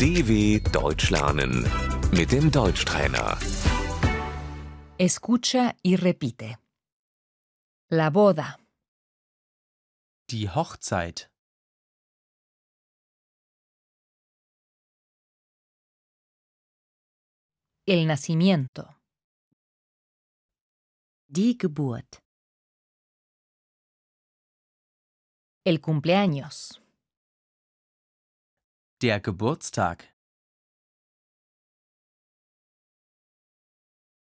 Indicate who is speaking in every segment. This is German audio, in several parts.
Speaker 1: DW Deutsch lernen mit dem Deutschtrainer.
Speaker 2: Escucha y repite. La boda,
Speaker 3: Die Hochzeit.
Speaker 2: el nacimiento,
Speaker 4: Die Geburt.
Speaker 2: el cumpleaños,
Speaker 3: Der Geburtstag.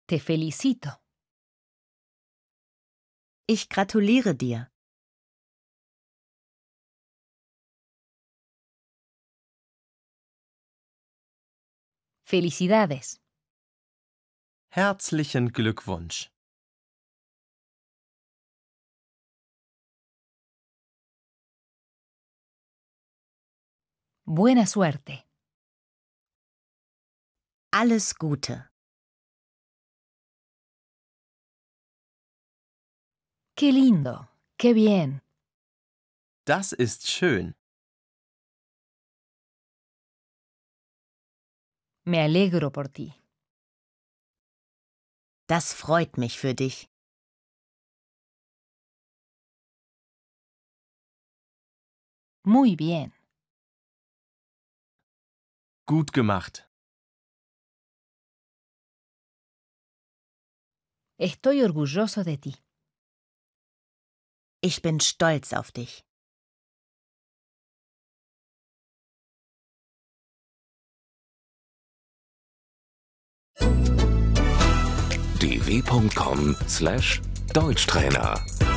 Speaker 2: te felicito,
Speaker 4: Ich gratuliere dir.
Speaker 2: felicidades,
Speaker 3: Herzlichen Glückwunsch.
Speaker 2: buena suerte,
Speaker 4: Alles Gute.
Speaker 2: qué lindo, qué bien,
Speaker 3: Das ist schön.
Speaker 2: me alegro por ti,
Speaker 4: Das freut mich für dich.
Speaker 2: muy bien,
Speaker 3: Gut gemacht.
Speaker 2: estoy orgulloso de ti,
Speaker 4: Ich bin stolz auf dich.
Speaker 1: dw.com/deutschtrainer